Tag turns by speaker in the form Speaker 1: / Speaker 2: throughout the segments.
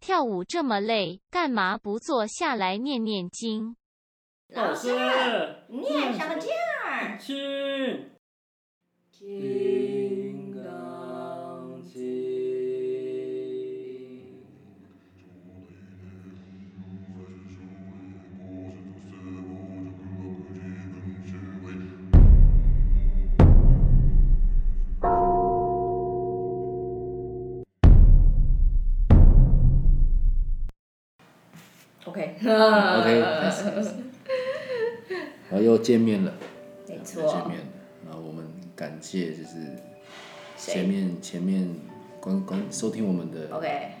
Speaker 1: 跳舞这么累，干嘛不坐下来念念经？
Speaker 2: 老师，
Speaker 3: 念什么经儿？
Speaker 2: 经
Speaker 4: 金刚经，
Speaker 3: OK。
Speaker 5: OK，然后又见面了，
Speaker 3: 没
Speaker 5: 又见
Speaker 3: 错。
Speaker 5: 面了。然后我们感谢就是
Speaker 3: 谁
Speaker 5: 前面前面观观收听我们的
Speaker 3: OK。
Speaker 5: 对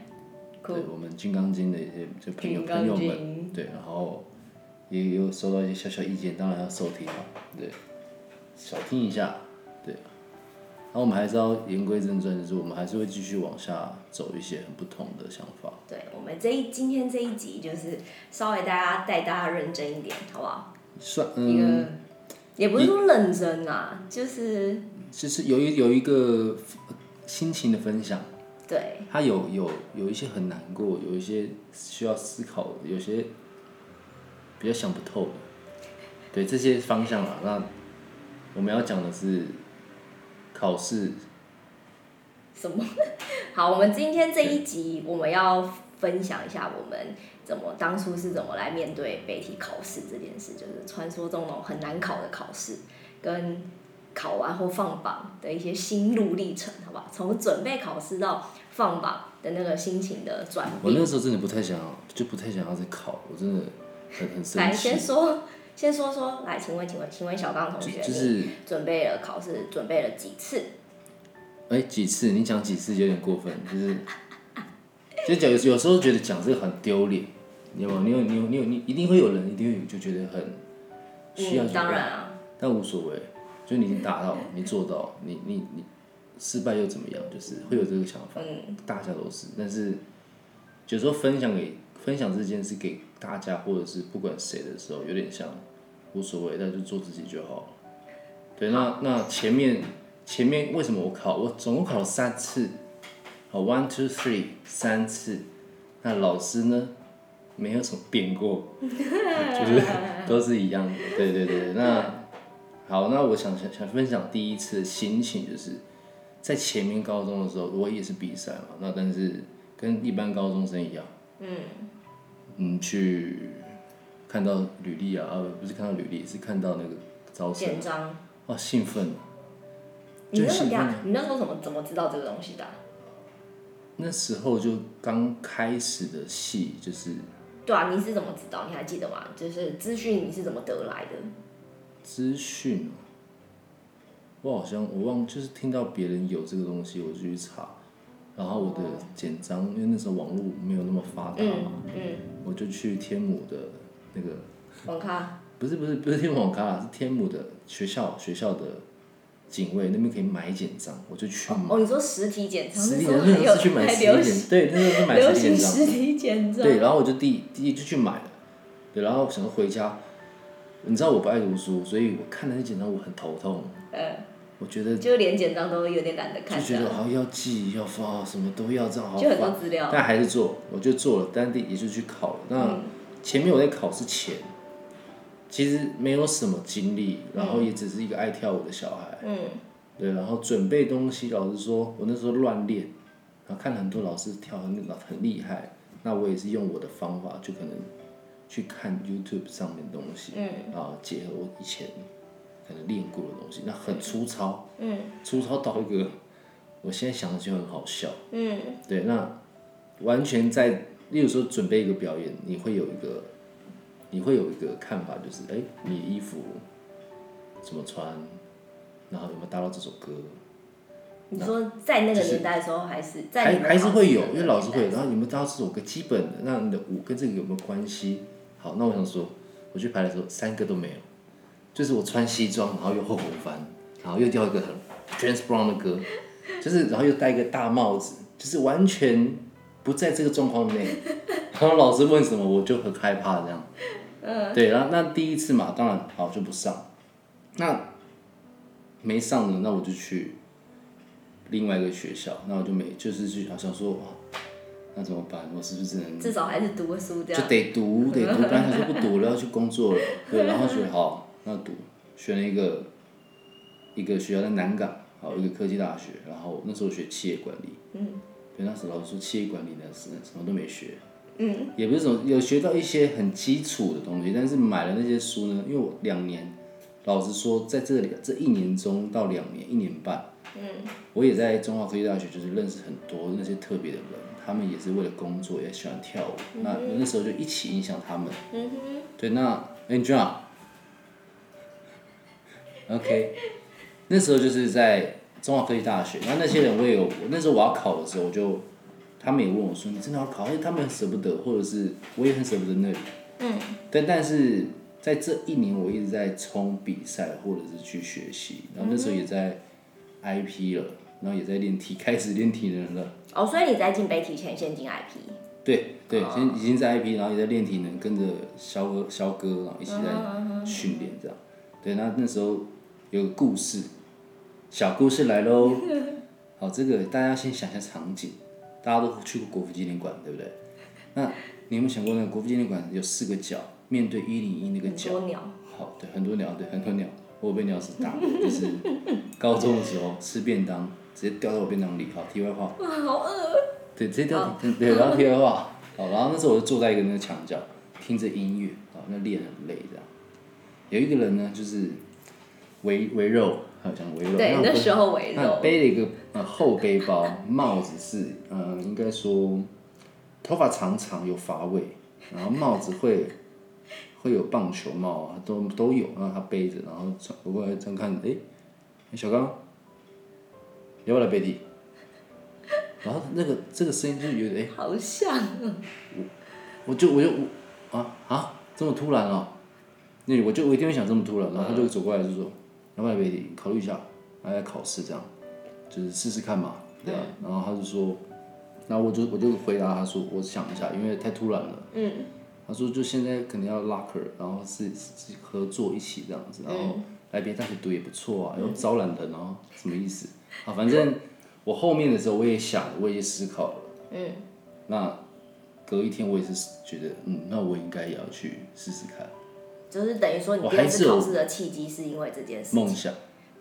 Speaker 3: Cool。
Speaker 5: 我们金刚经的一些就朋友
Speaker 3: 金刚
Speaker 5: 朋友
Speaker 3: 经
Speaker 5: 们，对，然后也也有收到一些小小意见，当然要收听嘛，对，小听一下，对。然后我们还是要言归正传，就是我们还是会继续往下走一些很不同的想法。
Speaker 3: 对我们这一今天这一集就是稍微大家带大家认真一点，好不好？
Speaker 5: 算
Speaker 3: 一
Speaker 5: 嗯，
Speaker 3: 个也不是说认真啊，就是
Speaker 5: 就是有一有一个心情的分享，
Speaker 3: 对
Speaker 5: 它有有有一些很难过，有一些需要思考，有些比较想不透的，对这些方向啊，那我们要讲的是考试，
Speaker 3: 什么。 好，我们今天这一集我们要分享一下我们怎么当初是怎么来面对背题考试这件事，就是传说中那种很难考的考试，跟考完后放榜的一些心路历程，好吧？从准备考试到放榜的那个心情的转
Speaker 5: 我那
Speaker 3: 变。
Speaker 5: 时候真的不太想要，就不太想要再考，我真的很很生
Speaker 3: 来，
Speaker 5: 气
Speaker 3: 先，说，先说说，来，请问，请问，请问小刚同学，
Speaker 5: 就
Speaker 3: 你
Speaker 5: 是
Speaker 3: 准备了考试，准备了几次？
Speaker 5: 哎、几次你讲几次有点过分，就是就讲有有时候觉得讲这个很丢脸，你有没有？你有你有你有你一定会有人一定会就觉得很需要
Speaker 3: 嗯，
Speaker 5: 去
Speaker 3: 当然
Speaker 5: 问
Speaker 3: 啊，
Speaker 5: 但无所谓，就你达到，你做到，你你你失败又怎么样？就是会有这个想法，
Speaker 3: 嗯，
Speaker 5: 大家都是。但是有时候分享给分享这件事给大家，或者是不管谁的时候，有点像无所谓，但就做自己就好了。对，那那前面前面为什么我考？我总共考了三次，好，one two three 三次。那老师呢，没有什么变过，就是都是一样的。对对对，那好，那我想想想分享第一次的心情，就是在前面高中的时候，我也是比赛嘛，那但是跟一般高中生一样，嗯，去看到履历啊，啊不是看到履历，是看到那个招生
Speaker 3: 简，章。
Speaker 5: 哦，兴奋。
Speaker 3: 你那
Speaker 5: 就
Speaker 3: 时
Speaker 5: 兴
Speaker 3: 候
Speaker 5: 奋
Speaker 3: 呀
Speaker 5: 啊，
Speaker 3: 你那时候怎么怎么知道这个东西的啊、
Speaker 5: 那时候就刚开始的戏，就是
Speaker 3: 对啊，你是怎么知道？你还记得吗？就是资讯你是怎么得来的？
Speaker 5: 资讯哦，我好像我忘，就是听到别人有这个东西，我就去查。然后我的
Speaker 3: 哦
Speaker 5: 简章，因为那时候网络没哦有那么发达嘛，
Speaker 3: 嗯嗯，
Speaker 5: 我就去天母的那个，
Speaker 3: 网咖
Speaker 5: 不是不是不是天母网咖啦，是天母的学校学校的警卫那边可以买简章，我就去买。
Speaker 3: 哦，你说实体检查，
Speaker 5: 实体
Speaker 3: 那时候
Speaker 5: 那
Speaker 3: 还
Speaker 5: 时候是去
Speaker 3: 有
Speaker 5: 买
Speaker 3: 还
Speaker 5: 实
Speaker 3: 流
Speaker 5: 体简，
Speaker 3: 行
Speaker 5: 对，那时候是买
Speaker 3: 流
Speaker 5: 实
Speaker 3: 行
Speaker 5: 体简章。
Speaker 3: 实体检查，
Speaker 5: 对，然后我就第第一就去买了，对，然后想说回家，你知道我不爱读书，所以我看那些简章我很头痛，
Speaker 3: 呃，
Speaker 5: 我觉得就
Speaker 3: 就连简章都有点懒得看
Speaker 5: 觉得
Speaker 3: 的，
Speaker 5: 好像要记要发什么都要这样好
Speaker 3: 就很多
Speaker 5: 烦啊
Speaker 3: 资料
Speaker 5: 但还是做，我就做了，但第也就去考了。
Speaker 3: 嗯
Speaker 5: 那前面我在考试前，其实没有什么经历，然后也只是一个爱跳舞的小孩，
Speaker 3: 嗯，
Speaker 5: 对，然后准备东西，老师说我那时候乱练，然后看很多老师跳很很厉害，那我也是用我的方法，就可能去看 YouTube 上面的东西，嗯，然后结合我以前可能练过的东西，那很粗糙，嗯，粗糙到一个，我现在想的就很好笑，
Speaker 3: 嗯，
Speaker 5: 对，那完全在，例如说准备一个表演，你会有一个，你会有一个看法，就是哎、你衣服怎么穿，然后有没有搭到这首歌，
Speaker 3: 你说在那个
Speaker 5: 就是
Speaker 3: 年代的时候，还是在
Speaker 5: 还
Speaker 3: 你们
Speaker 5: 还是会有
Speaker 3: 考，试的
Speaker 5: 因为老师会有。
Speaker 3: 年代
Speaker 5: 然后你们知道这首歌基本的，那你的舞跟这个有没有关系？好，那我想说，我去排的时候三个都没有，就是我穿西装，然后又后空翻，然后又跳一个很 James Brown 的歌，就是然后又戴一个大帽子，就是完全不在这个状况内。 然后老师问什么，我就很害怕这样。嗯，对，然后那第一次嘛，当然好就不上。那没上呢，那我就去另外一个学校，那我就没就是去想想说哇，那怎么办？我是不是只能
Speaker 3: 至少还是读个书这
Speaker 5: 就
Speaker 3: 样。
Speaker 5: 得读得读？本来想说不读了，要去工作了，对，然后觉得好，那读选了一个一个学校在南港，好一个科技大学，然后那时候学企业管理，
Speaker 3: 嗯
Speaker 5: 对，那时候老师说企业管理呢是什么都没学，
Speaker 3: 嗯，
Speaker 5: 也不是什么有学到一些很基础的东西，但是买了那些书呢，因为我两年，老实说，在这里这一年中到两年一年半，嗯，我也在中华科技大学就是认识很多那些特别的人，他们也是为了工作也喜欢跳舞，那那时候就一起影响他们，
Speaker 3: 嗯哼，
Speaker 5: 对，那 Angela，OK，、OK，那时候就是在中华科技大学，那那些人我也有，那时候我要考的时候，我就他们也问我说：“你真的要考？”因为他们很舍不得，或者是我也很舍不得那里。
Speaker 3: 嗯。
Speaker 5: 但但是在这一年，我一直在冲比赛，或者是去学习，然后那时候也在 IP 了，然后也在练体， 开始练体能了。
Speaker 3: 哦，所以你在进北体前先进 IP，
Speaker 5: 对对，
Speaker 3: 哦
Speaker 5: 现在已经在 IP，然后也在练体能，跟着肖哥、肖哥，然后一起在训练这样。对，那那时候有个故事，小故事来喽。好，这个大家先想一下场景，大家都去过国父纪念馆，对不对？那你有没有想过，那个国父纪念馆有四个角，面对一零一那个
Speaker 3: 很
Speaker 5: 角，
Speaker 3: 多鸟，
Speaker 5: 好，对，很多鸟，对，很多鸟，我有被鸟屎打过，就是高中的时候吃便当，直接掉到我便当里。好，题外话。哇，好饿。对，直接掉到，对，然后题外话，好，然后那时候我就坐在一个那个墙角，听着音乐，好，那练很累这样。有一个人呢，就是围围肉，好像围肉。
Speaker 3: 对
Speaker 5: 我
Speaker 3: 那
Speaker 5: 不嗯
Speaker 3: 时候围
Speaker 5: 他
Speaker 3: 肉
Speaker 5: 背了一个呃厚背包，帽子是呃应该说头发长长有发尾，然后帽子会会有棒球帽啊，都都有，然后他背着，然后转我过来这样看，哎、小刚，要不要来背地？然后那个这个声音就是有点哎、
Speaker 3: 好像哦
Speaker 5: 我就我就我啊啊这么突然哦，那我就我一定会想这么突然，然后他就走过来就说，要不要别你考虑一下，还在考试这样，就是试试看嘛，对吧、然后他就说，然后我就我就回答他说，我想一下，因为太突然了。嗯。他说就现在肯定要拉 o 然后是是合作一起这样子，然后来别的大学读也不错啊，然后招揽人哦，什么意思？啊，反正我后面的时候我也想，我也去思考了。
Speaker 3: 嗯。
Speaker 5: 那隔一天我也是觉得，嗯，那我应该也要去试试看
Speaker 3: 就是等于说你
Speaker 5: 我
Speaker 3: 第
Speaker 5: 还
Speaker 3: 二
Speaker 5: 是
Speaker 3: 次
Speaker 5: 有
Speaker 3: 考试的契机是因为这件事
Speaker 5: 梦
Speaker 3: 情，
Speaker 5: 想。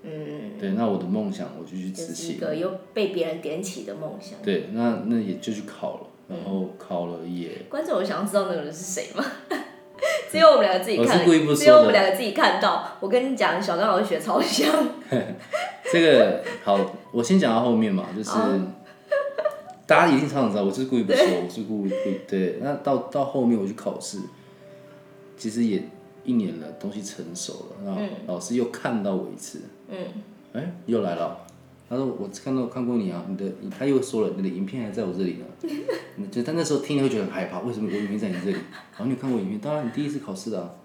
Speaker 3: 嗯，
Speaker 5: 对，那我的梦想我就去
Speaker 3: 就
Speaker 5: 执
Speaker 3: 是一
Speaker 5: 行。
Speaker 3: 个又被别人点起的梦想。
Speaker 5: 对，那那也就去考了，然后考了也，
Speaker 3: 观众有想要知道那个人是谁吗？ 只有我们两个自己
Speaker 5: 我
Speaker 3: 看
Speaker 5: 是故意不，
Speaker 3: 只有
Speaker 5: 说
Speaker 3: 我们
Speaker 5: 的
Speaker 3: 两个自己看到。我跟你讲，小刚老师学超像，
Speaker 5: 这个好，我先讲到后面嘛，就是、
Speaker 3: 好
Speaker 5: 大家一定常常知道，我是故意不说，我是故意故意对。那到到后面我去考试，其实也一年了，东西成熟了，然后老师又看到我一次，
Speaker 3: 嗯，
Speaker 5: 哎、又来了。他说：“我看到看过你啊，你的他又说了，你的影片还在我这里呢。 你就他那时候听会觉得很害怕，为什么我影片在你这里？然后你有看过我影片，当然你第一次考试的、啊，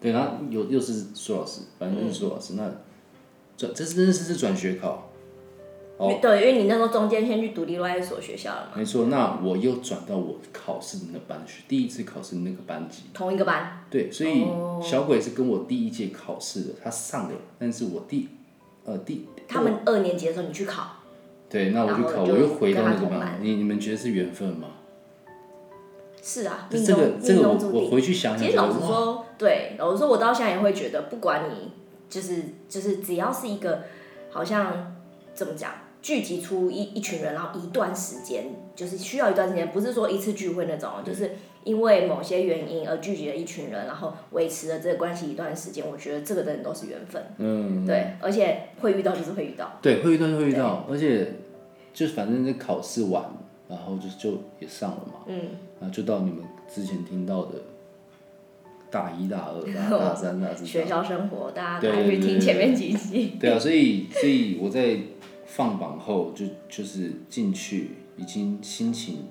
Speaker 5: 对，然后有又是苏老师，反正就是苏老师。那转这是真的是是转学考，
Speaker 3: 因
Speaker 5: 哦
Speaker 3: 为对，因为你那时候中间先去读另外一所学校了嘛，
Speaker 5: 没错。那我又转到我考试的那班去，第一次考试的那个班级，
Speaker 3: 同一个班，
Speaker 5: 对，所以
Speaker 3: 哦
Speaker 5: 小鬼是跟我第一届考试的，他上了，但是我第呃第
Speaker 3: 他们二年级的时候你去考，
Speaker 5: 对，那我
Speaker 3: 然
Speaker 5: 去考，
Speaker 3: 后
Speaker 5: 我
Speaker 3: 就
Speaker 5: 又回到那个
Speaker 3: 跟他同
Speaker 5: 班
Speaker 3: 班，
Speaker 5: 你你们觉得是缘分吗？
Speaker 3: 是啊，命
Speaker 5: 这个
Speaker 3: 中
Speaker 5: 这
Speaker 3: 命
Speaker 5: 个我
Speaker 3: 中注
Speaker 5: 我
Speaker 3: 定。
Speaker 5: 回去想想
Speaker 3: 其
Speaker 5: 觉
Speaker 3: 实
Speaker 5: 得，
Speaker 3: 老实
Speaker 5: 哇，
Speaker 3: 说，对，老实说，我到现在也会觉得，不管你就是就是，只要是一个好像怎么讲，聚集出一一群人，然后一段时间，就是需要一段时间，不是说一次聚会那种，就是因为某些原因而聚集了一群人，然后维持了这个关系一段时间，我觉得这个真的都是缘分，
Speaker 5: 嗯，
Speaker 3: 对，而且会遇到就是会遇到，
Speaker 5: 对，会遇到就会遇到，而且就反正那考试完，然后就就也上了嘛，
Speaker 3: 嗯，
Speaker 5: 然后就到你们之前听到的大一、大二、 大大三、大四、
Speaker 3: 学
Speaker 5: 大
Speaker 3: 校生活，大家
Speaker 5: 对
Speaker 3: 可以
Speaker 5: 对
Speaker 3: 去
Speaker 5: 对
Speaker 3: 听
Speaker 5: 对
Speaker 3: 前
Speaker 5: 对
Speaker 3: 面几集，
Speaker 5: 对啊，所以所以我在放榜后就就是进去，已经心情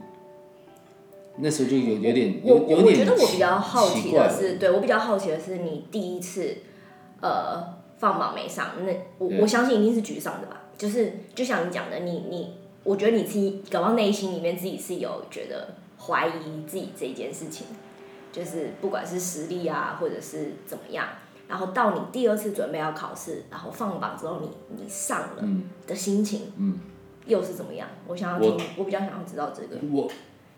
Speaker 5: 那时候就有有点
Speaker 3: 我
Speaker 5: 有
Speaker 3: 我
Speaker 5: 有
Speaker 3: 我
Speaker 5: 点
Speaker 3: 觉得我比
Speaker 5: 奇
Speaker 3: 较好奇
Speaker 5: 奇怪
Speaker 3: 的是，对我比较好奇的是，你第一次呃放榜没上，那我
Speaker 5: 对
Speaker 3: 我相信一定是沮丧的吧？就是就像你讲的，你你，我觉得你自己搞到内心里面自己是有觉得怀疑自己这一件事情，就是不管是实力啊，或者是怎么样。然后到你第二次准备要考试，然后放榜之后你，你上了
Speaker 5: 嗯
Speaker 3: 的心情
Speaker 5: 嗯，
Speaker 3: 又是怎么样？我想要
Speaker 5: 我
Speaker 3: 听，我比较想要知道这个。
Speaker 5: 我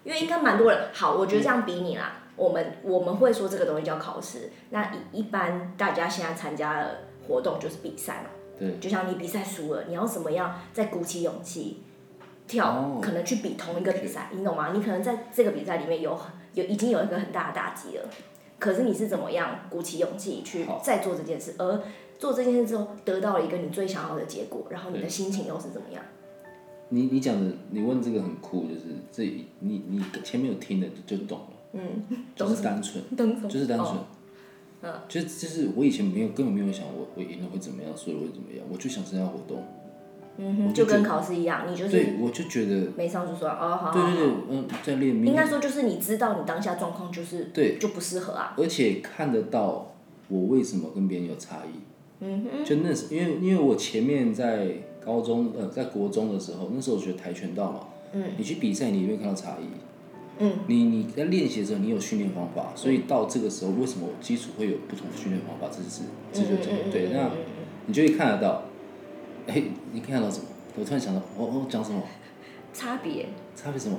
Speaker 3: 因为应该蛮多人。好，我觉得这样比你啦，我们我们会说这个东西叫考试。那一一般大家现在参加的活动就是比赛嘛，
Speaker 5: 对，
Speaker 3: 就像你比赛输了，你要怎么样再鼓起勇气跳，
Speaker 5: 哦
Speaker 3: 可能去比同一个比赛，你懂吗？你可能在这个比赛里面有有已经有一个很大的打击了，可是你是怎么样鼓起勇气去
Speaker 5: 好
Speaker 3: 再做这件事，而做这件事之后得到了一个你最想要的结果，然后你的
Speaker 5: 对
Speaker 3: 心情又是怎么样？
Speaker 5: 你你讲的，你问这个很酷，就是这一你你前面有听的就就懂了，
Speaker 3: 嗯，懂
Speaker 5: 就是
Speaker 3: 什么
Speaker 5: 单纯，
Speaker 3: 懂什么？
Speaker 5: 就是单纯
Speaker 3: 哦，嗯
Speaker 5: 就就是我以前没有根本没有想我我赢了会怎么样，输了会怎么样，我就想参加活动，
Speaker 3: 嗯
Speaker 5: 我
Speaker 3: 哼，
Speaker 5: 就
Speaker 3: 就
Speaker 5: 觉得
Speaker 3: 跟考试一样，你就是
Speaker 5: 对，我就觉得，
Speaker 3: 没上就说哦，好好好，
Speaker 5: 对对对，嗯，在练明
Speaker 3: 应该
Speaker 5: 明，
Speaker 3: 说就是你知道你当下状况就是
Speaker 5: 对
Speaker 3: 就不适合啊，
Speaker 5: 而且看得到我为什么跟别人有差异，
Speaker 3: 嗯哼，
Speaker 5: 就那时，因为因为我前面在高中呃在国中的时候，那时候我学跆拳道嘛，
Speaker 3: 嗯，
Speaker 5: 你去比赛你会看到差异，
Speaker 3: 嗯，
Speaker 5: 你你在练习的时候你有训练方法，所以到这个时候为什么我基础会有不同的训练方法，这是这
Speaker 3: 嗯
Speaker 5: 就
Speaker 3: 嗯嗯
Speaker 5: 对，
Speaker 3: 嗯
Speaker 5: 那你就会看得到，哎、你看得到什么？我突然想到，我、我讲什么？
Speaker 3: 差别。
Speaker 5: 差别什么？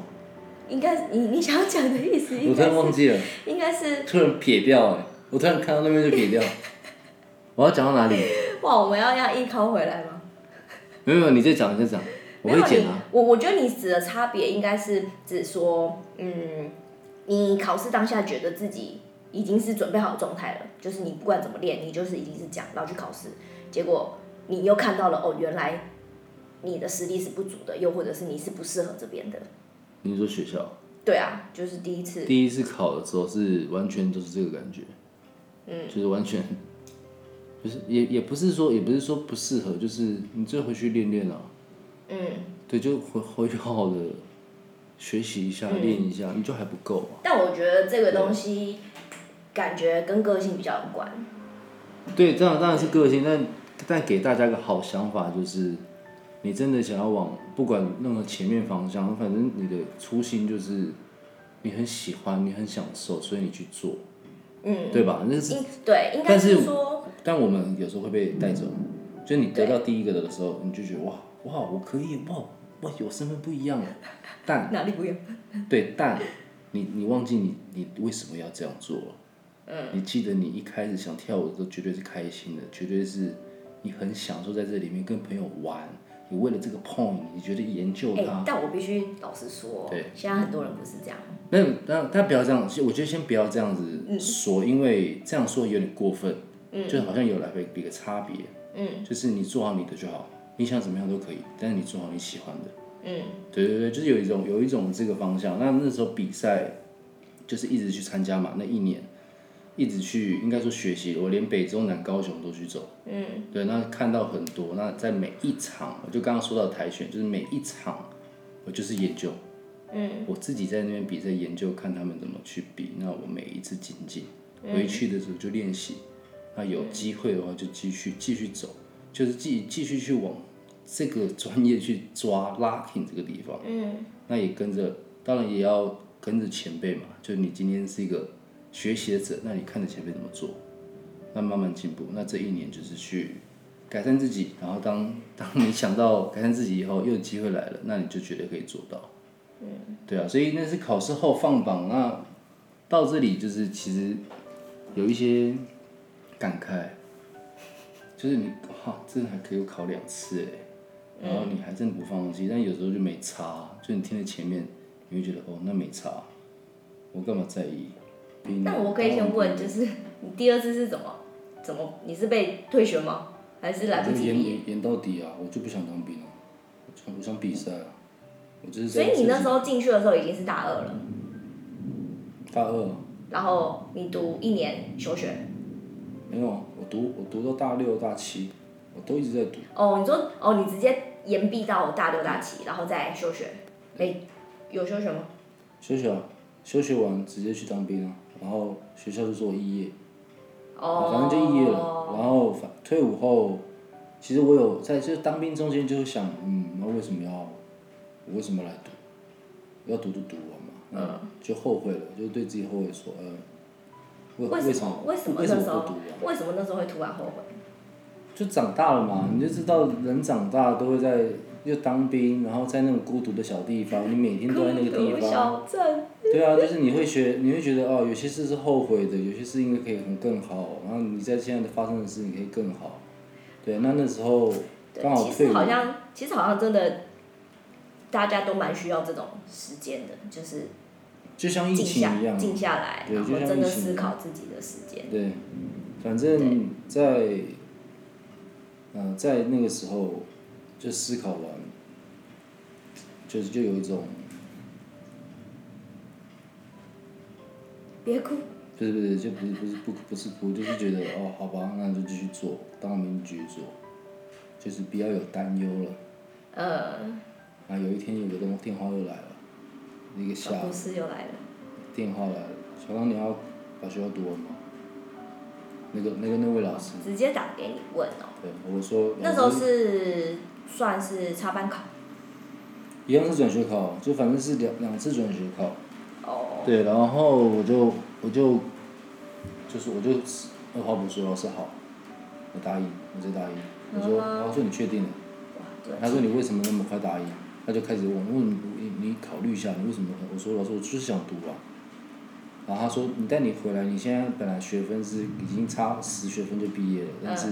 Speaker 3: 应该你你想要讲的意思，应
Speaker 5: 我突
Speaker 3: 该
Speaker 5: 然忘
Speaker 3: 是
Speaker 5: 记了，
Speaker 3: 应该是
Speaker 5: 突然撇掉哎、我突然看到那边就 撇掉，我要讲到哪里？
Speaker 3: 哇，我们要要一考回来吗？
Speaker 5: 没有没有，你再讲你再讲，我
Speaker 3: 没
Speaker 5: 会
Speaker 3: 有
Speaker 5: 剪
Speaker 3: 你
Speaker 5: 啊。
Speaker 3: 我我觉得你指的差别应该是指说，嗯，你考试当下觉得自己已经是准备好的状态了，就是你不管怎么练，你就是已经是讲，然后去考试，结果你又看到了哦，原来你的实力是不足的，又或者是你是不适合这边的。
Speaker 5: 你说学校？
Speaker 3: 对啊，就是第一次，
Speaker 5: 第一次考的时候是完全就是这个感觉，嗯，就是完全，就是也也不是说也不是说不适合，就是你就回去练练啊，
Speaker 3: 嗯，
Speaker 5: 对，就回回去好好的学习一下，练一
Speaker 3: 嗯
Speaker 5: 下，你就还不够啊。
Speaker 3: 但我觉得这个东西感觉跟个性比较有关。
Speaker 5: 对，当然当然是个性，但但给大家个好想法就是，你真的想要往不管任何前面方向，反正你的初心就是你很喜欢，你很享受，所以你去做，
Speaker 3: 嗯，
Speaker 5: 对吧？那是
Speaker 3: 应对，应该
Speaker 5: 但是
Speaker 3: 是说，
Speaker 5: 但我们有时候会被带走，就你得到第一个的时候，你就觉得哇哇我可以哇哇有身份不一样了，啊但
Speaker 3: 哪里不一样？
Speaker 5: 对但你你忘记你你为什么要这样做了，嗯，你记得你一开始想跳舞的时候绝对是开心的，绝对是你很享受在这里面跟朋友玩，你为了这个 point 你觉得研究
Speaker 3: 哎、
Speaker 5: 它，
Speaker 3: 但我必须老实说
Speaker 5: 对，
Speaker 3: 现在很多人不是这样。
Speaker 5: 那那但不要这样，我觉得先不要这样子说，因为这样说有点过分，嗯，就好像有来回比个差别，
Speaker 3: 嗯
Speaker 5: 就是你做好你的就好，你想怎么样都可以，但是你做好你喜欢的。
Speaker 3: 嗯
Speaker 5: 对对对，就是有一种有一种这个方向。那那时候比赛就是一直去参加嘛，那一年一直去，应该说学习，我连北中南高雄都去走。
Speaker 3: 嗯
Speaker 5: 对，那看到很多，那在每一场，我就刚刚说到台选，就是每一场我就是研究，
Speaker 3: 嗯
Speaker 5: 我自己在那边比赛研究，看他们怎么去比。那我每一次精进，
Speaker 3: 嗯
Speaker 5: 回去的时候就练习。那有机会的话就继续继续走，就是继继续去往这个专业去抓 locking 这个地方。
Speaker 3: 嗯
Speaker 5: 那也跟着，当然也要跟着前辈嘛。就你今天是一个学习者，那你看着前辈怎么做，那慢慢进步。那这一年就是去改善自己，然后当当你想到改善自己以后，又有机会来了，那你就绝对可以做到。嗯，对啊，所以那是考试后放榜。啊那到这里就是其实有一些感慨，就是你哇，这还可以考两次哎。然后你还真的不放弃，但有时候就没差，就你听了前面，你会觉得哦，那没差，我干嘛在意？嗯
Speaker 3: 但我可以
Speaker 5: 哦
Speaker 3: 先问，就是你第二次是怎么怎么？你是被退学吗？还是来
Speaker 5: 我
Speaker 3: 不
Speaker 5: 就
Speaker 3: 及毕业？
Speaker 5: 演演到底啊！我就不想当兵啊，我想我想比赛啊，我就是
Speaker 3: 所
Speaker 5: 在
Speaker 3: 以你那时候进去的时候已经是大二了，
Speaker 5: 大二啊，
Speaker 3: 然后你读一年休学。
Speaker 5: 没有啊，我读我读到大六大七，我都一直在读，
Speaker 3: 哦，你说哦，你直接延毕到大六大七，然后再休学。哎、有休学吗？
Speaker 5: 休学啊，休学完直接去当兵啊，然后学校就做肄业，
Speaker 3: 哦，
Speaker 5: 反正就肄业了。然后反退伍后，其实我有在就是当兵中间就想，嗯，那为什么要我为什么来读？要读就读完嘛，嗯，就后悔了，就对自己后悔说，呃，为
Speaker 3: 为
Speaker 5: 什
Speaker 3: 什
Speaker 5: 么
Speaker 3: 么？为什么
Speaker 5: 为
Speaker 3: 那
Speaker 5: 么
Speaker 3: 时候
Speaker 5: 不读啊完？？
Speaker 3: 为什么那时候会突然后悔？嗯
Speaker 5: 就长大了嘛，你就知道人长大都会在又当兵，然后在那种孤独的小地方，你每天都在那个地
Speaker 3: 孤独
Speaker 5: 方，
Speaker 3: 小镇，
Speaker 5: 对啊，就是你会学，你会觉得哦，有些事是后悔的，有些事应该可以很更好，然后你在现在的发生的事，你可以更好。对，那那时候
Speaker 3: 对
Speaker 5: 刚，好
Speaker 3: 其
Speaker 5: 退
Speaker 3: 实
Speaker 5: 伍
Speaker 3: 好像其实好像真的，大家都蛮需要这种时间的，就是
Speaker 5: 就像疫
Speaker 3: 静
Speaker 5: 情
Speaker 3: 下
Speaker 5: 一样，
Speaker 3: 静下来，
Speaker 5: 对
Speaker 3: 然后
Speaker 5: 就像
Speaker 3: 真的
Speaker 5: 疫情一
Speaker 3: 思
Speaker 5: 样
Speaker 3: 考自己的时间。
Speaker 5: 对，反
Speaker 3: 对
Speaker 5: 正在，嗯、在那个时候就思考完，就是就有一种，
Speaker 3: 别哭，
Speaker 5: 不是不是，就不是不是不不是哭，就是觉得哦，好吧，那就继续做，当兵继续做，就是不要有担忧了。
Speaker 3: 呃，
Speaker 5: 啊，有一天有个东电话又来了，一个
Speaker 3: 小
Speaker 5: 下午
Speaker 3: 故事又来了。
Speaker 5: 电话来了，小刚你要把学校读完吗？那个那个那位老师，
Speaker 3: 直接打给你问哦。
Speaker 5: 嗯对我说，
Speaker 3: 那时
Speaker 5: 老
Speaker 3: 候
Speaker 5: 师
Speaker 3: 是算是插班考
Speaker 5: 一样是转学考，就反正是两两次转学考。
Speaker 3: 哦，
Speaker 5: 对，然后我就我就就是我就二话不说，老师好，我答应，我就答应。我说，他说你确定了？
Speaker 3: 哇，嗯对，
Speaker 5: 他说你为什么那么快答应？他就开始问，问你你考虑一下，你为什么？我说老师，我就是想读啊。然后他说，你但你回来，你现在本来学分是已经差十学分就毕业了，但是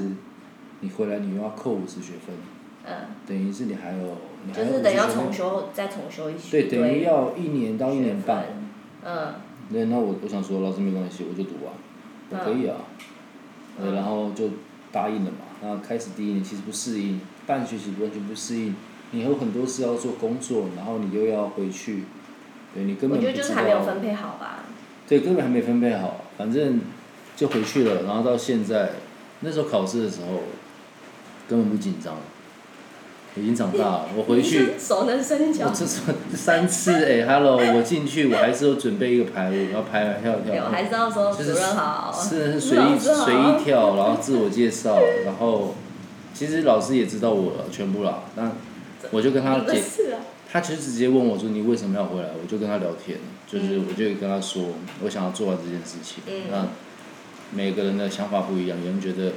Speaker 5: 你回来你又要扣五十学分，
Speaker 3: 嗯，
Speaker 5: 等于是你还有你
Speaker 3: 就
Speaker 5: 还有
Speaker 3: 是
Speaker 5: 50
Speaker 3: 等于要
Speaker 5: 学分
Speaker 3: 重修，再重修一学
Speaker 5: 对，等于
Speaker 3: 堆，
Speaker 5: 要一年到一年半
Speaker 3: 学。嗯，
Speaker 5: 那那我我想说，老师没关系，我就读啊，我可以啊，
Speaker 3: 嗯
Speaker 5: 对，然后就答应了嘛。然后开始第一年其实不适应，半学期完全不适应，你有很多事要做工作，然后你又要回去，对你根
Speaker 3: 我
Speaker 5: 本不
Speaker 3: 觉得
Speaker 5: 知
Speaker 3: 就是还没有
Speaker 5: 道
Speaker 3: 分，配好吧，
Speaker 5: 对，根本还没分配好，反正就回去了。然后到现在，那时候考试的时候根本不紧张，已经长大了，我回去。
Speaker 3: 你是熟能生巧
Speaker 5: 我，这是三次哎、h e l l o 我进去我还是有准备一个排舞，然后排完跳一
Speaker 3: 对，
Speaker 5: 跳
Speaker 3: 我，还是要说
Speaker 5: 就
Speaker 3: 主
Speaker 5: 是
Speaker 3: 任好，
Speaker 5: 是
Speaker 3: 指
Speaker 5: 随意
Speaker 3: 老师好啊
Speaker 5: 随意跳，然后自我介绍，然后其实老师也知道我全部啦，那我就跟他
Speaker 3: 不
Speaker 5: 解，
Speaker 3: 是啊，
Speaker 5: 他其实直接问我说你为什么要回来，我就跟他聊天，就是我就跟他说我想要做完这件事情，
Speaker 3: 嗯
Speaker 5: 那每个人的想法不一样，有人觉得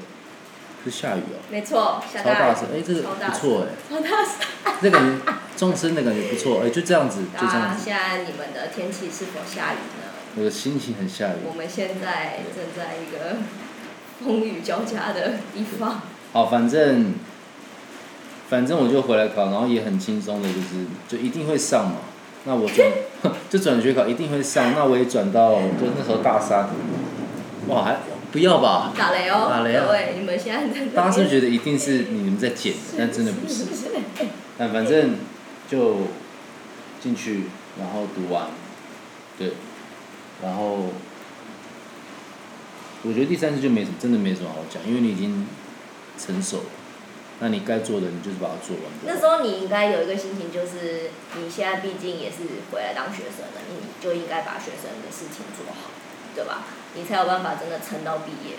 Speaker 5: 是下雨哦、
Speaker 3: 没错，下
Speaker 5: 超大
Speaker 3: 大
Speaker 5: 声，哎、这个
Speaker 3: 超大
Speaker 5: 不错哎、
Speaker 3: 超大声。
Speaker 5: 这感觉众生的感觉不错，哎、就这样子，就这样
Speaker 3: 那
Speaker 5: 子。
Speaker 3: 现在你们的天气是否下雨呢？
Speaker 5: 我的心情很下雨。
Speaker 3: 我们现在正在一个风雨交加的地方。
Speaker 5: 好，反正反正我就回来考，然后也很轻松的，就是就一定会上嘛。那我转 就转学考一定会上，那我也转到就那时候大三，哇，还不要吧？
Speaker 3: 打雷哦，
Speaker 5: 打雷啊
Speaker 3: 各位，你们现在在
Speaker 5: 大家是不是觉
Speaker 3: 得？
Speaker 5: 得一定是你们在捡，但真的不是。
Speaker 3: 是
Speaker 5: 但反正就进去，然后读完，对，然后我觉得第三次就没什么，真的没什么好讲，因为你已经成熟了，那你该做的你就是把它做完就
Speaker 3: 那
Speaker 5: 好。
Speaker 3: 时候你应该有一个心情，就是你现在毕竟也是回来当学生了，你就应该把学生的事情做好，对吧？你才有办法真的撑到毕业，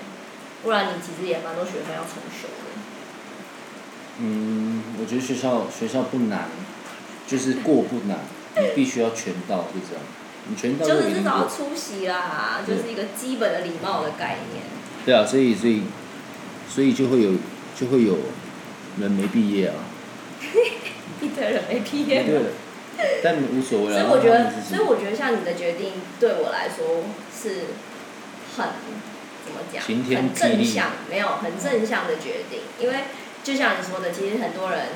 Speaker 3: 不然你其实也蛮多学分要重修的。
Speaker 5: 嗯，我觉得学校学校不难，就是过不难，你必须要全到，就这样。你嗯全到
Speaker 3: 就
Speaker 5: 已
Speaker 3: 是
Speaker 5: 经
Speaker 3: 至
Speaker 5: 过
Speaker 3: 少要出席啦，
Speaker 5: 对
Speaker 3: 就是一个基本的礼貌的概念。
Speaker 5: 对啊，所以所以所以就会有就会有人没毕业啊，
Speaker 3: 一堆人没毕业，
Speaker 5: 对，但无所谓
Speaker 3: 所
Speaker 5: 啊。
Speaker 3: 以我觉
Speaker 5: 让
Speaker 3: 得，
Speaker 5: 他们自
Speaker 3: 所
Speaker 5: 己
Speaker 3: 以我觉得像你的决定对我来说是很怎么讲，
Speaker 5: 晴天
Speaker 3: 很
Speaker 5: 霹
Speaker 3: 正
Speaker 5: 雳
Speaker 3: 向，没有很正向的决定。因为就像你说的，其实很多人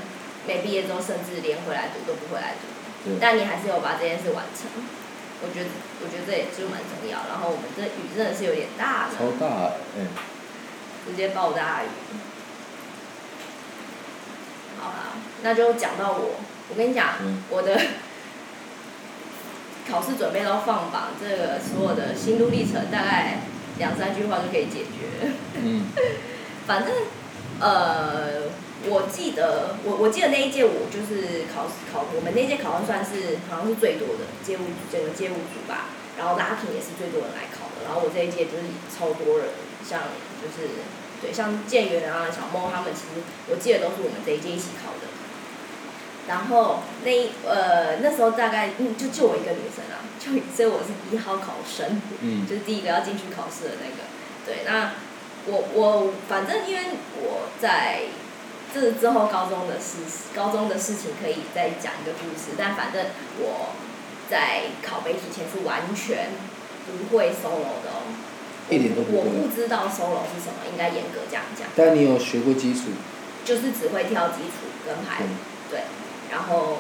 Speaker 3: 没毕业之后，甚至连回来读都不回来读，
Speaker 5: 对
Speaker 3: 但你还是有把这件事完成。我觉得，我觉得这也是蛮重要。然后我们这雨真的是有点大
Speaker 5: 超
Speaker 3: 了，
Speaker 5: 大哎、
Speaker 3: 直接暴大雨。好啦，那就讲到我，我跟你讲，
Speaker 5: 嗯
Speaker 3: 我的考试准备到放榜，这个所有的心路历程大概两三句话就可以解决了。
Speaker 5: 嗯，
Speaker 3: 反正呃，我记得我我记得那一届我就是考考我们那届考官算是好像是最多的街舞整个街舞组吧，然后拉丁也是最多人来考的，然后我这一届就是超多人，像就是对像建元啊小梦他们，其实我记得都是我们这一届一起考的。然后那一呃那时候大概嗯就就我一个女生啊，就所以我是一号考生，
Speaker 5: 嗯
Speaker 3: 就是第一个要进去考试的那个。对，那我我反正因为我在这是之后高中的事，高中的事情可以再讲一个故事，但反正我在考北体前是完全不会 solo 的哦，
Speaker 5: 一点都不
Speaker 3: 我
Speaker 5: 会
Speaker 3: 不知道 solo 是什么，应该严格这样讲，
Speaker 5: 但你有学过基础，
Speaker 3: 就是只会跳基础跟排
Speaker 5: 对，
Speaker 3: 对，然后，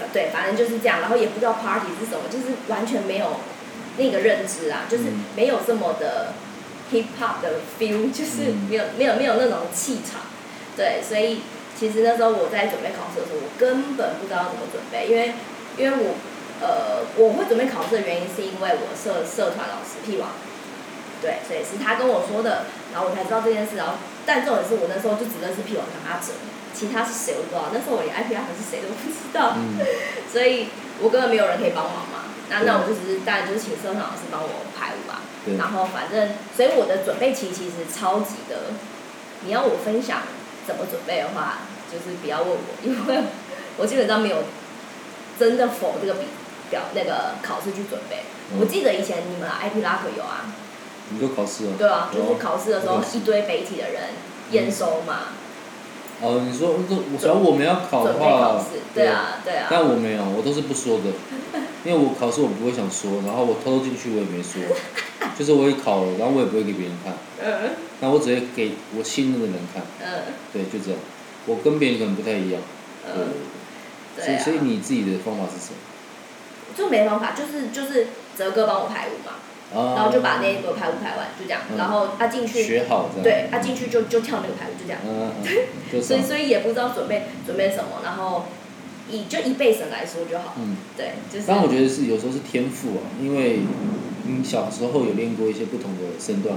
Speaker 3: 呃对，反正就是这样，然后也不知道 party 是什么，就是完全没有那个认知啊，就是
Speaker 5: 嗯
Speaker 3: 没有这么的 hip hop 的 feel，就是
Speaker 5: 嗯
Speaker 3: 没有没有没有那种气场，对，所以其实那时候我在准备考试的时候，我根本不知道怎么准备，因为因为我呃我会准备考试的原因是因为我社社团老师屁王。对，所以是他跟我说的，然后我才知道这件事。然后，但重点是我那时候就只认识屁王跟阿哲，其他是谁我不知道。那时候我连 IP 阿哲是谁都不知道，
Speaker 5: 嗯，
Speaker 3: 所以我根本没有人可以帮忙嘛。那
Speaker 5: 对
Speaker 3: 那我就只是当然就是请社团老师帮我排舞吧。
Speaker 5: 对，
Speaker 3: 然后反正，所以我的准备期其实超级的。你要我分享怎么准备的话，就是不要问我，因为我基本上没有真的否这个比表那个考试去准备。我
Speaker 5: 嗯
Speaker 3: 记得以前你们 IP 拉可有啊，
Speaker 5: 你都考试了，哦
Speaker 3: 对啊，
Speaker 5: 有
Speaker 3: 就是考试的时候
Speaker 5: 有
Speaker 3: 一堆北体的人验收嘛，
Speaker 5: 哦，你说这我只要我们要考的
Speaker 3: 准备考
Speaker 5: 话
Speaker 3: 试，，对，啊，对啊，
Speaker 5: 哦但我没有，我都是不说 的，因为我考试我不会想说，然后我偷偷进去我也没说， 就是我也考了，然后我也不会给别人看，
Speaker 3: 嗯
Speaker 5: 那我只会给我信任的人看，
Speaker 3: 嗯
Speaker 5: 对，就这样，我跟别人可能不太一样，
Speaker 3: 嗯，对
Speaker 5: 对，所以
Speaker 3: 啊
Speaker 5: 所，以你自己的方法是什么？
Speaker 3: 就没办法，就是就是泽哥帮我排舞嘛，
Speaker 5: 啊
Speaker 3: 然后就把那一个排舞排完，就这样，
Speaker 5: 嗯
Speaker 3: 然后他进去，
Speaker 5: 学好这样，
Speaker 3: 对，他进去就就跳那个排舞，就这样，
Speaker 5: 嗯，嗯，嗯就这
Speaker 3: 所以
Speaker 5: 样，
Speaker 3: 所以也不知道准备准备什么，然后以就以背审来说就好，
Speaker 5: 嗯。
Speaker 3: 对，就是，
Speaker 5: 但我觉得是有时候是天赋啊，因为你小时候有练过一些不同的身段，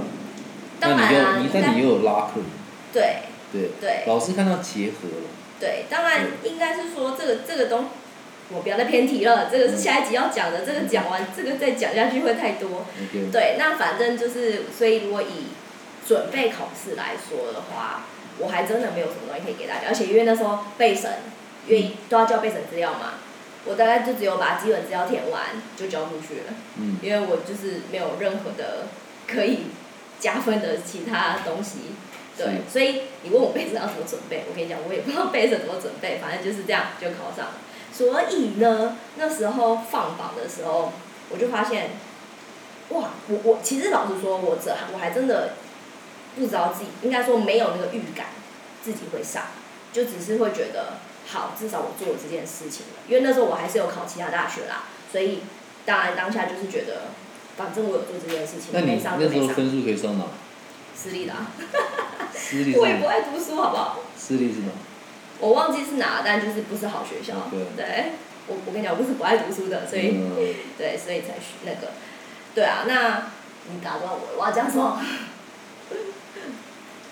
Speaker 3: 当
Speaker 5: 那你
Speaker 3: 然啊
Speaker 5: 又你，
Speaker 3: 应
Speaker 5: 但
Speaker 3: 该
Speaker 5: 你又有拉克，
Speaker 3: 对
Speaker 5: 对，
Speaker 3: 对，
Speaker 5: 老师看到结合了，
Speaker 3: 对，当然应该是说这个这个东，我不要再偏题了，这个是下一集要讲的，这个讲完这个再讲下去会太多。
Speaker 5: OK，
Speaker 3: 对，那反正就是，所以如果以准备考试来说的话，我还真的没有什么东西可以给大家，而且因为那时候备审，因为都要交备审资料嘛，我大概就只有把基本资料填完就交出去了，
Speaker 5: 嗯，
Speaker 3: 因为我就是没有任何的可以加分的其他东西。对，所以你问我备审要怎么准备，我跟你讲，我也不知道备审怎么准备，反正就是这样就考上了。所以呢，那时候放榜的时候，我就发现，哇，我我其实老实说，我这我还真的不知道自己，应该说没有那个预感自己会上，就只是会觉得好，至少我做了这件事情了。因为那时候我还是有考其他大学啦，所以当然当下就是觉得，反正我有做这件事情，
Speaker 5: 那
Speaker 3: 没
Speaker 5: 你
Speaker 3: 上
Speaker 5: 那
Speaker 3: 就
Speaker 5: 时
Speaker 3: 没
Speaker 5: 候
Speaker 3: 上，
Speaker 5: 分数可以上哪？
Speaker 3: 私立的啊、
Speaker 5: 私立是
Speaker 3: 我也不
Speaker 5: 哪？
Speaker 3: 爱读书，好不好？
Speaker 5: 私立是哪？
Speaker 3: 我忘记是哪，但就是不是好学校。
Speaker 5: OK
Speaker 3: 对，我我跟你讲，我不是不爱读书的，所以、
Speaker 5: 嗯
Speaker 3: 对，所以才学那个。对啊，那你打断我，我要讲什么？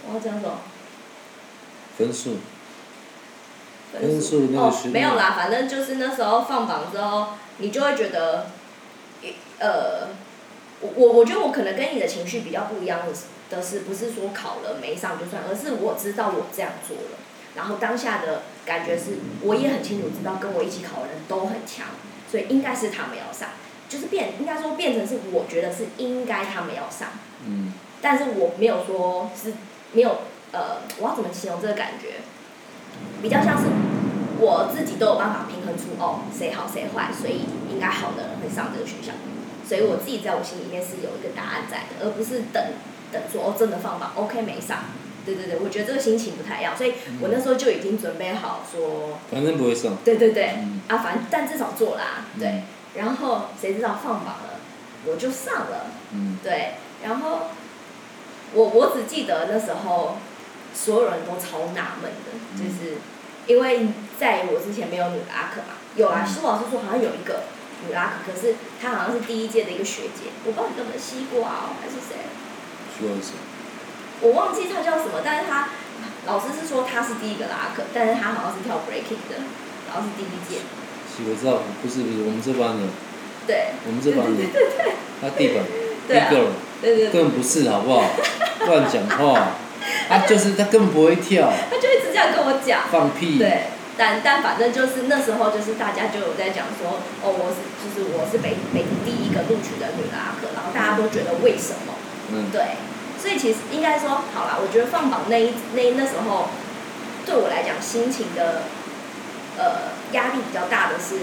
Speaker 3: 我要讲什么？
Speaker 5: 分数，分数那个
Speaker 3: 哦
Speaker 5: 是，
Speaker 3: 没有啦，反正就是那时候放榜之后，你就会觉得，呃，我我我觉得我可能跟你的情绪比较不一样的是的是，不是说考了没上就算，而是我知道我这样做了，然后当下的感觉是，我也很清楚知道跟我一起考的人都很强，所以应该是他们要上，就是变应该说变成是我觉得是应该他们要上，
Speaker 5: 嗯，
Speaker 3: 但是我没有说是没有呃，我要怎么形容这个感觉？比较像是我自己都有办法平衡出哦，谁好谁坏，所以应该好的人会上这个学校，所以我自己在我心里面是有一个答案在的，而不是等等说哦真的放榜，OK 没上。对对对，我觉得这个心情不太一样，所以我那时候就已经准备好说，
Speaker 5: 反正不会上，
Speaker 3: 对对对，
Speaker 5: 嗯
Speaker 3: 啊，反正但至少做啦、啊对。
Speaker 5: 嗯
Speaker 3: 然后谁知道放榜了，我就上了。
Speaker 5: 嗯，
Speaker 3: 对，然后我我只记得那时候所有人都超纳闷的，就是因为在我之前没有女拉克嘛，有啊，苏老师说好像有一个女拉克，可是她好像是第一届的一个学姐，我不知道你有没有西瓜哦，还是谁，
Speaker 5: 嗯需要什么？
Speaker 3: 我忘记她叫什么，但是她老师是说她是第一个拉克，但是她好像是跳 breaking 的，然后是第一届，
Speaker 5: 是我知道，不是不是，我们这班的，
Speaker 3: 对，
Speaker 5: 我们这班的，他地板
Speaker 3: 对啊
Speaker 5: 一个人
Speaker 3: 对对对，
Speaker 5: 根本不是，好不好？乱讲话，他就是他根本不会跳，
Speaker 3: 她就一直这样跟我讲。
Speaker 5: 放屁，
Speaker 3: 对，但但反正就是那时候就是大家就有在讲说，哦，我是就是我是北北第一个录取的女拉客，然后大家都觉得为什么？
Speaker 5: 嗯，
Speaker 3: 对，所以其实应该说，好啦，我觉得放榜那一那那时候，对我来讲，心情的呃压力比较大的是，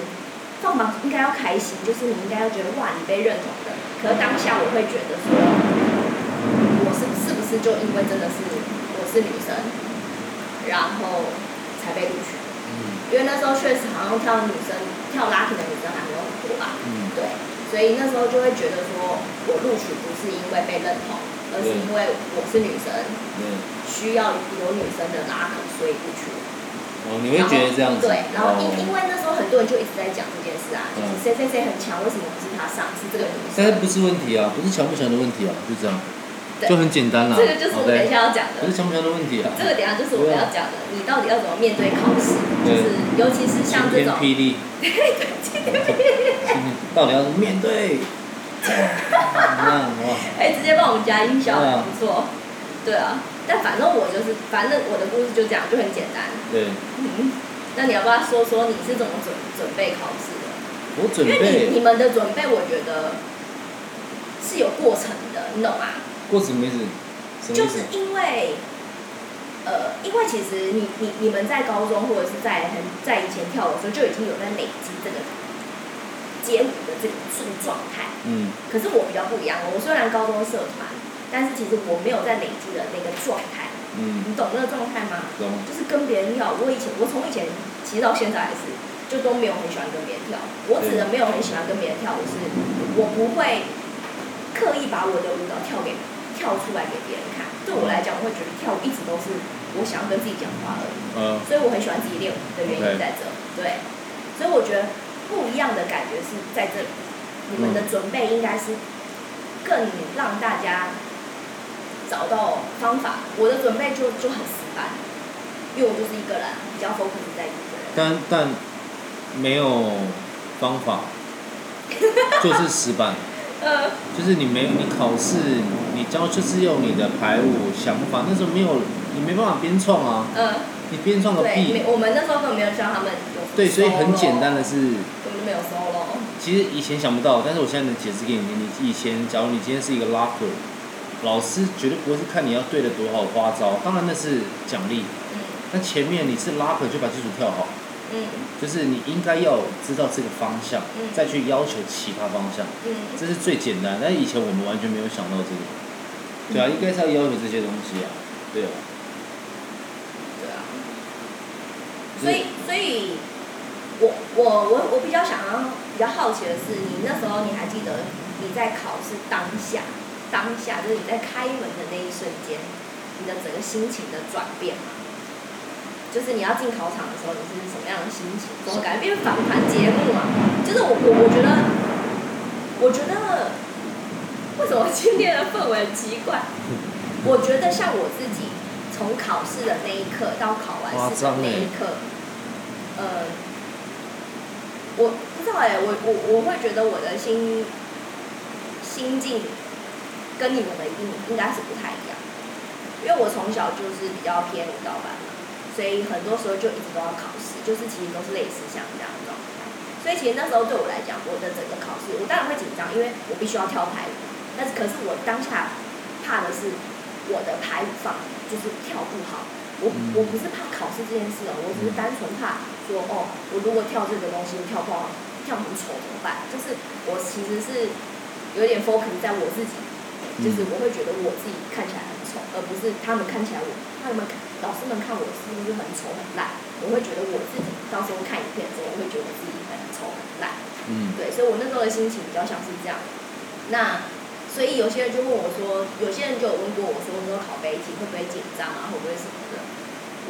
Speaker 3: 放榜应该要开心，就是你应该要觉得哇，你被认同的。可是当下我会觉得说，我是是不是就因为真的是我是女生，然后才被录取？
Speaker 5: 嗯
Speaker 3: 因为那时候确实好像跳女生跳拉丁的女生还没有很多吧，
Speaker 5: 嗯，
Speaker 3: 对，所以那时候就会觉得说我录取不是因为被认同，而是因为我是女生，
Speaker 5: 对，
Speaker 3: 需要有女生的拉拢，所以录取我。
Speaker 5: 哦，你会觉得这样子，
Speaker 3: 对，然后因、因
Speaker 5: 哦，嗯
Speaker 3: 为那时候很多人就一直在讲这件事啊，就是谁谁谁很强，为什么不是他上？是这个女
Speaker 5: 但是
Speaker 3: 生。
Speaker 5: 不是问题啊，不是强不强的问题啊，就这样，
Speaker 3: 对
Speaker 5: 就很简单啦，
Speaker 3: 这个就是我
Speaker 5: 嗯好
Speaker 3: 们等一
Speaker 5: 的，
Speaker 3: 下要讲
Speaker 5: 不
Speaker 3: 的
Speaker 5: 是。强不强的问题啊，
Speaker 3: 这个等一下就是我们要讲的，你到底要怎么面对考试？就是尤其是像这
Speaker 5: 晴天
Speaker 3: 种，
Speaker 5: 霹雳，到底要怎么面对？那哇，
Speaker 3: 哎，直接帮我们加音效，
Speaker 5: 对啊
Speaker 3: 很不错。对啊，但反正我就是，反正我的故事就这样，就很简单。
Speaker 5: 对
Speaker 3: 嗯，那你要不要说说你是怎么准准备考试的？
Speaker 5: 我准
Speaker 3: 因为你你
Speaker 5: 备
Speaker 3: 们的准备，我觉得是有过程的，你懂吗？
Speaker 5: 过程没什么什么
Speaker 3: 就
Speaker 5: 意思
Speaker 3: 是？因为，呃，因为其实你你你们在高中或者是在很在以前跳舞的时候就已经有在累积这个街舞的这个这个状态，
Speaker 5: 嗯
Speaker 3: 可是我比较不一样，我虽然高中社团，但是其实我没有在累积的那个状态，
Speaker 5: 嗯，
Speaker 3: 你懂那个状态吗？
Speaker 5: 懂，
Speaker 3: 就是跟别人跳，我以前我从以前其实到现在也是，就都没有很喜欢跟别人跳，我指的没有很喜欢跟别人跳，我是我不会刻意把我的舞蹈跳给跳出来给别人看。对我来讲，我会觉得跳舞一直都是我想要跟自己讲话而已，
Speaker 5: 呃，
Speaker 3: 所以我很喜欢自己练舞的原因在这。对，所以我觉得不一样的感觉是在这里。你们的准备应该是更让大家找到方法。我的准备就就很死板，因为我就是一个人，比较 focus 在一个人。
Speaker 5: 但但没有方法，就是死板。
Speaker 3: 呃，
Speaker 5: 就是你没你考试，你教就是用你的排舞想法，那时候没有你没办法编创啊，
Speaker 3: 呃，
Speaker 5: 你编创个
Speaker 3: 对，
Speaker 5: 屁
Speaker 3: 没，我们那时候根本没有像他们有
Speaker 5: 对，所以很简单的
Speaker 3: solo，
Speaker 5: 是，
Speaker 3: 根本就没有 solo。
Speaker 5: 其实以前想不到，但是我现在能解释给你听。你以前假如你今天是一个 locker，老师绝对不会是看你要对的多好花招，当然那是奖励，
Speaker 3: 嗯
Speaker 5: 那前面你是 locker 就把基础跳好，
Speaker 3: 嗯
Speaker 5: 就是你应该要知道这个方向，
Speaker 3: 嗯
Speaker 5: 再去要求其他方向。
Speaker 3: 嗯，
Speaker 5: 这是最简单，但是以前我们完全没有想到这个。对啊，应该是要要求这些东西啊。对啊，
Speaker 3: 对啊。所以，所以我我我我比较想要比较好奇的是，你那时候你还记得你在考试当下，当下就是你在开门的那一瞬间，你的整个心情的转变吗？就是你要进考场的时候，你是什么样的心情？怎么感觉变访谈节目啊？就是我我我觉得，我觉得为什么今天的氛围很奇怪？ 我觉得像我自己，从考试的那一刻到考完试的那一刻，呃，我不知道哎、我我我会觉得我的心心境跟你们的应应该是不太一样，因为我从小就是比较偏舞蹈班嘛，所以很多时候就一直都要考试，就是其实都是类似像这样的状态。所以其实那时候对我来讲，我的整个考试，我当然会紧张，因为我必须要跳排舞。但是可是我当下怕的是我的排舞放就是跳不好，我
Speaker 5: 嗯
Speaker 3: 我不是怕考试这件事哦，我只是单纯怕说哦，我如果跳这个东西跳不好，跳很丑怎么办？就是我其实是有点 focus 在我自己，
Speaker 5: 嗯
Speaker 3: 就是我会觉得我自己看起来很丑，而不是他们看起来我，他们看老师们看我是不是很丑很烂？我会觉得我自己到时候看影片的时候，我会觉得自己很丑很烂。
Speaker 5: 嗯，
Speaker 3: 对，所以我那时候的心情比较像是这样。那所以有些人就问我说，有些人就有问过我说，我说考背题会不会紧张啊，会不会什么的，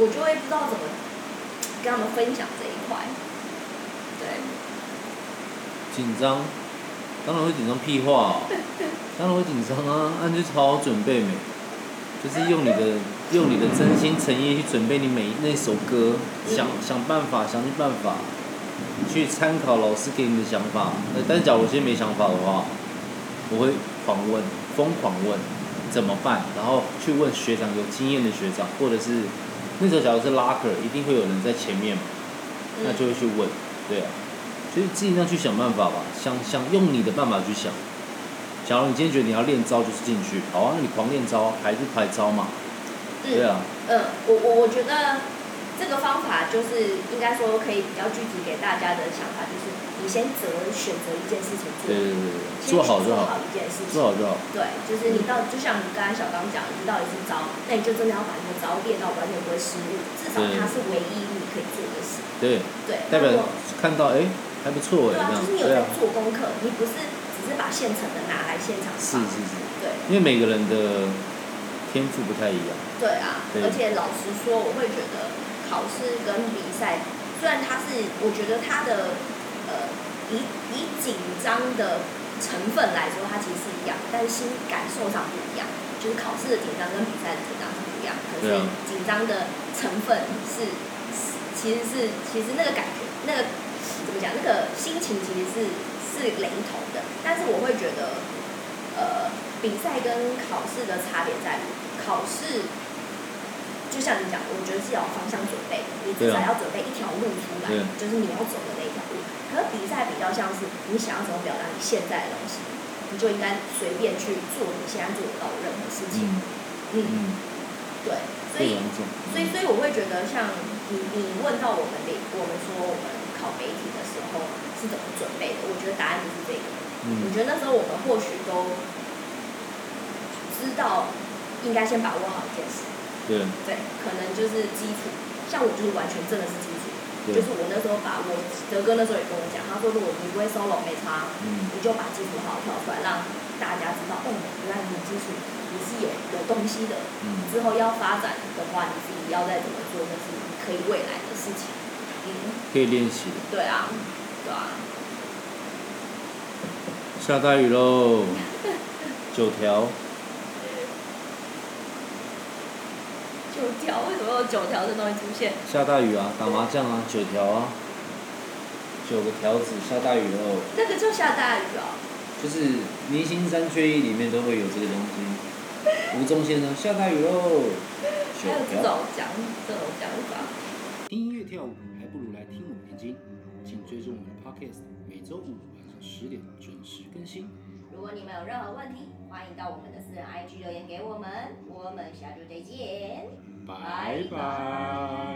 Speaker 3: 我就会不知道怎么跟他们分享这一块。对，嗯
Speaker 5: 紧张，当然会紧张屁话、哦，当然会紧张啊，那你就好好准备没，就是用你的用你的真心诚意去准备你每那首歌，想想办法，想尽办法，去参考老师给你的想法。呃但是假如我今天没想法的话，我会狂问，疯狂问怎么办，然后去问学长有经验的学长，或者是那时候假如是 locker，一定会有人在前面嘛，那就会去问，对啊，就是尽量去想办法吧，想想用你的办法去想。假如你今天觉得你要练招，就是进去，好啊啊，那你狂练招还是排招嘛，对
Speaker 3: 嗯
Speaker 5: 啊，
Speaker 3: 嗯，我我我觉得这个方法就是应该说可以比较具体给大家的想法，就是你先择选择一件事情做
Speaker 5: 对，对对对，
Speaker 3: 先
Speaker 5: 做好
Speaker 3: 去做
Speaker 5: 就好，
Speaker 3: 一件事情，
Speaker 5: 做好就好。
Speaker 3: 对，就是你到就像你刚才小刚讲，你到底是招，那你就真的要把那个招列到完全不会失误，至少
Speaker 5: 对
Speaker 3: 它是唯一你可以做的事。
Speaker 5: 对，
Speaker 3: 对，
Speaker 5: 代
Speaker 3: 那如果
Speaker 5: 表看到哎、还不错哎、
Speaker 3: 对啊，就是你
Speaker 5: 这
Speaker 3: 有在
Speaker 5: 样对啊，
Speaker 3: 做功课，你不是只是把现成的拿来现场
Speaker 5: 是
Speaker 3: 放。
Speaker 5: 是是，
Speaker 3: 对
Speaker 5: 因为每个人的天赋不太一样，
Speaker 3: 对啊，
Speaker 5: 对
Speaker 3: 而且老实说，我会觉得考试跟比赛，虽然它是，我觉得它的呃以以紧张的成分来说，它其实是一样，但是心感受上不一样。就是考试的紧张跟比赛的紧张是不一样，可是
Speaker 5: 对啊
Speaker 3: 紧张的成分是，是其实是其实那个感觉，那个怎么讲，那个心情其实是是雷同的。但是我会觉得，呃，比赛跟考试的差别在于，考试就像你讲，我觉得是要有方向准备的，你至
Speaker 5: 对
Speaker 3: 少要
Speaker 5: 啊
Speaker 3: 准备一条路出来
Speaker 5: 对，
Speaker 3: 就是你要走的那一条路。可是比赛比较像是你想要怎么表达你现在的东西，你就应该随便去做你现在做得到的任何事情。
Speaker 5: 嗯
Speaker 3: 嗯，
Speaker 5: 嗯，啊
Speaker 3: 对，啊所
Speaker 5: 非
Speaker 3: 以
Speaker 5: 常重，
Speaker 3: 所以，所以我会觉得，像你你问到我们的，我们说我们考媒体的时候是怎么准备的，我觉得答案就是这个。我
Speaker 5: 嗯
Speaker 3: 觉得那时候我们或许都知道，应该先把握好一件事，
Speaker 5: 对啊
Speaker 3: 对，可能就是基础。像我就是完全真的是基础，就
Speaker 5: 对啊
Speaker 3: 是，我那时候把我德哥那时候也跟我讲，他说如果你不会 solo 没差，
Speaker 5: 嗯
Speaker 3: 你就把基础好好跳出来，让大家知道，哦，原来你基础你是有有东西的，
Speaker 5: 嗯，
Speaker 3: 之后要发展的话，你自己要再怎么做，那是你可以未来的事情。嗯，
Speaker 5: 可以练习的。
Speaker 3: 对啊，对啊，
Speaker 5: 下大雨 喽，九条，
Speaker 3: 九条为什么有九条这东西出现？
Speaker 5: 下大雨啊，打麻将啊，九条啊，九个条子，下大雨喽。
Speaker 3: 那个就下大雨哦。
Speaker 5: 就是《明星三缺一》里面都会有这个东西。吴宗宪呢，下大雨哦喽。
Speaker 3: 还有这种讲这种讲法，
Speaker 4: 听音乐跳舞，还不如来听我们念经。请追踪我们的 Podcast，每周五晚上十点准时更新。
Speaker 3: 如果你们有任何问题，欢迎到我们的私人 IG 留言给我们，我们下周再见，
Speaker 4: 拜拜。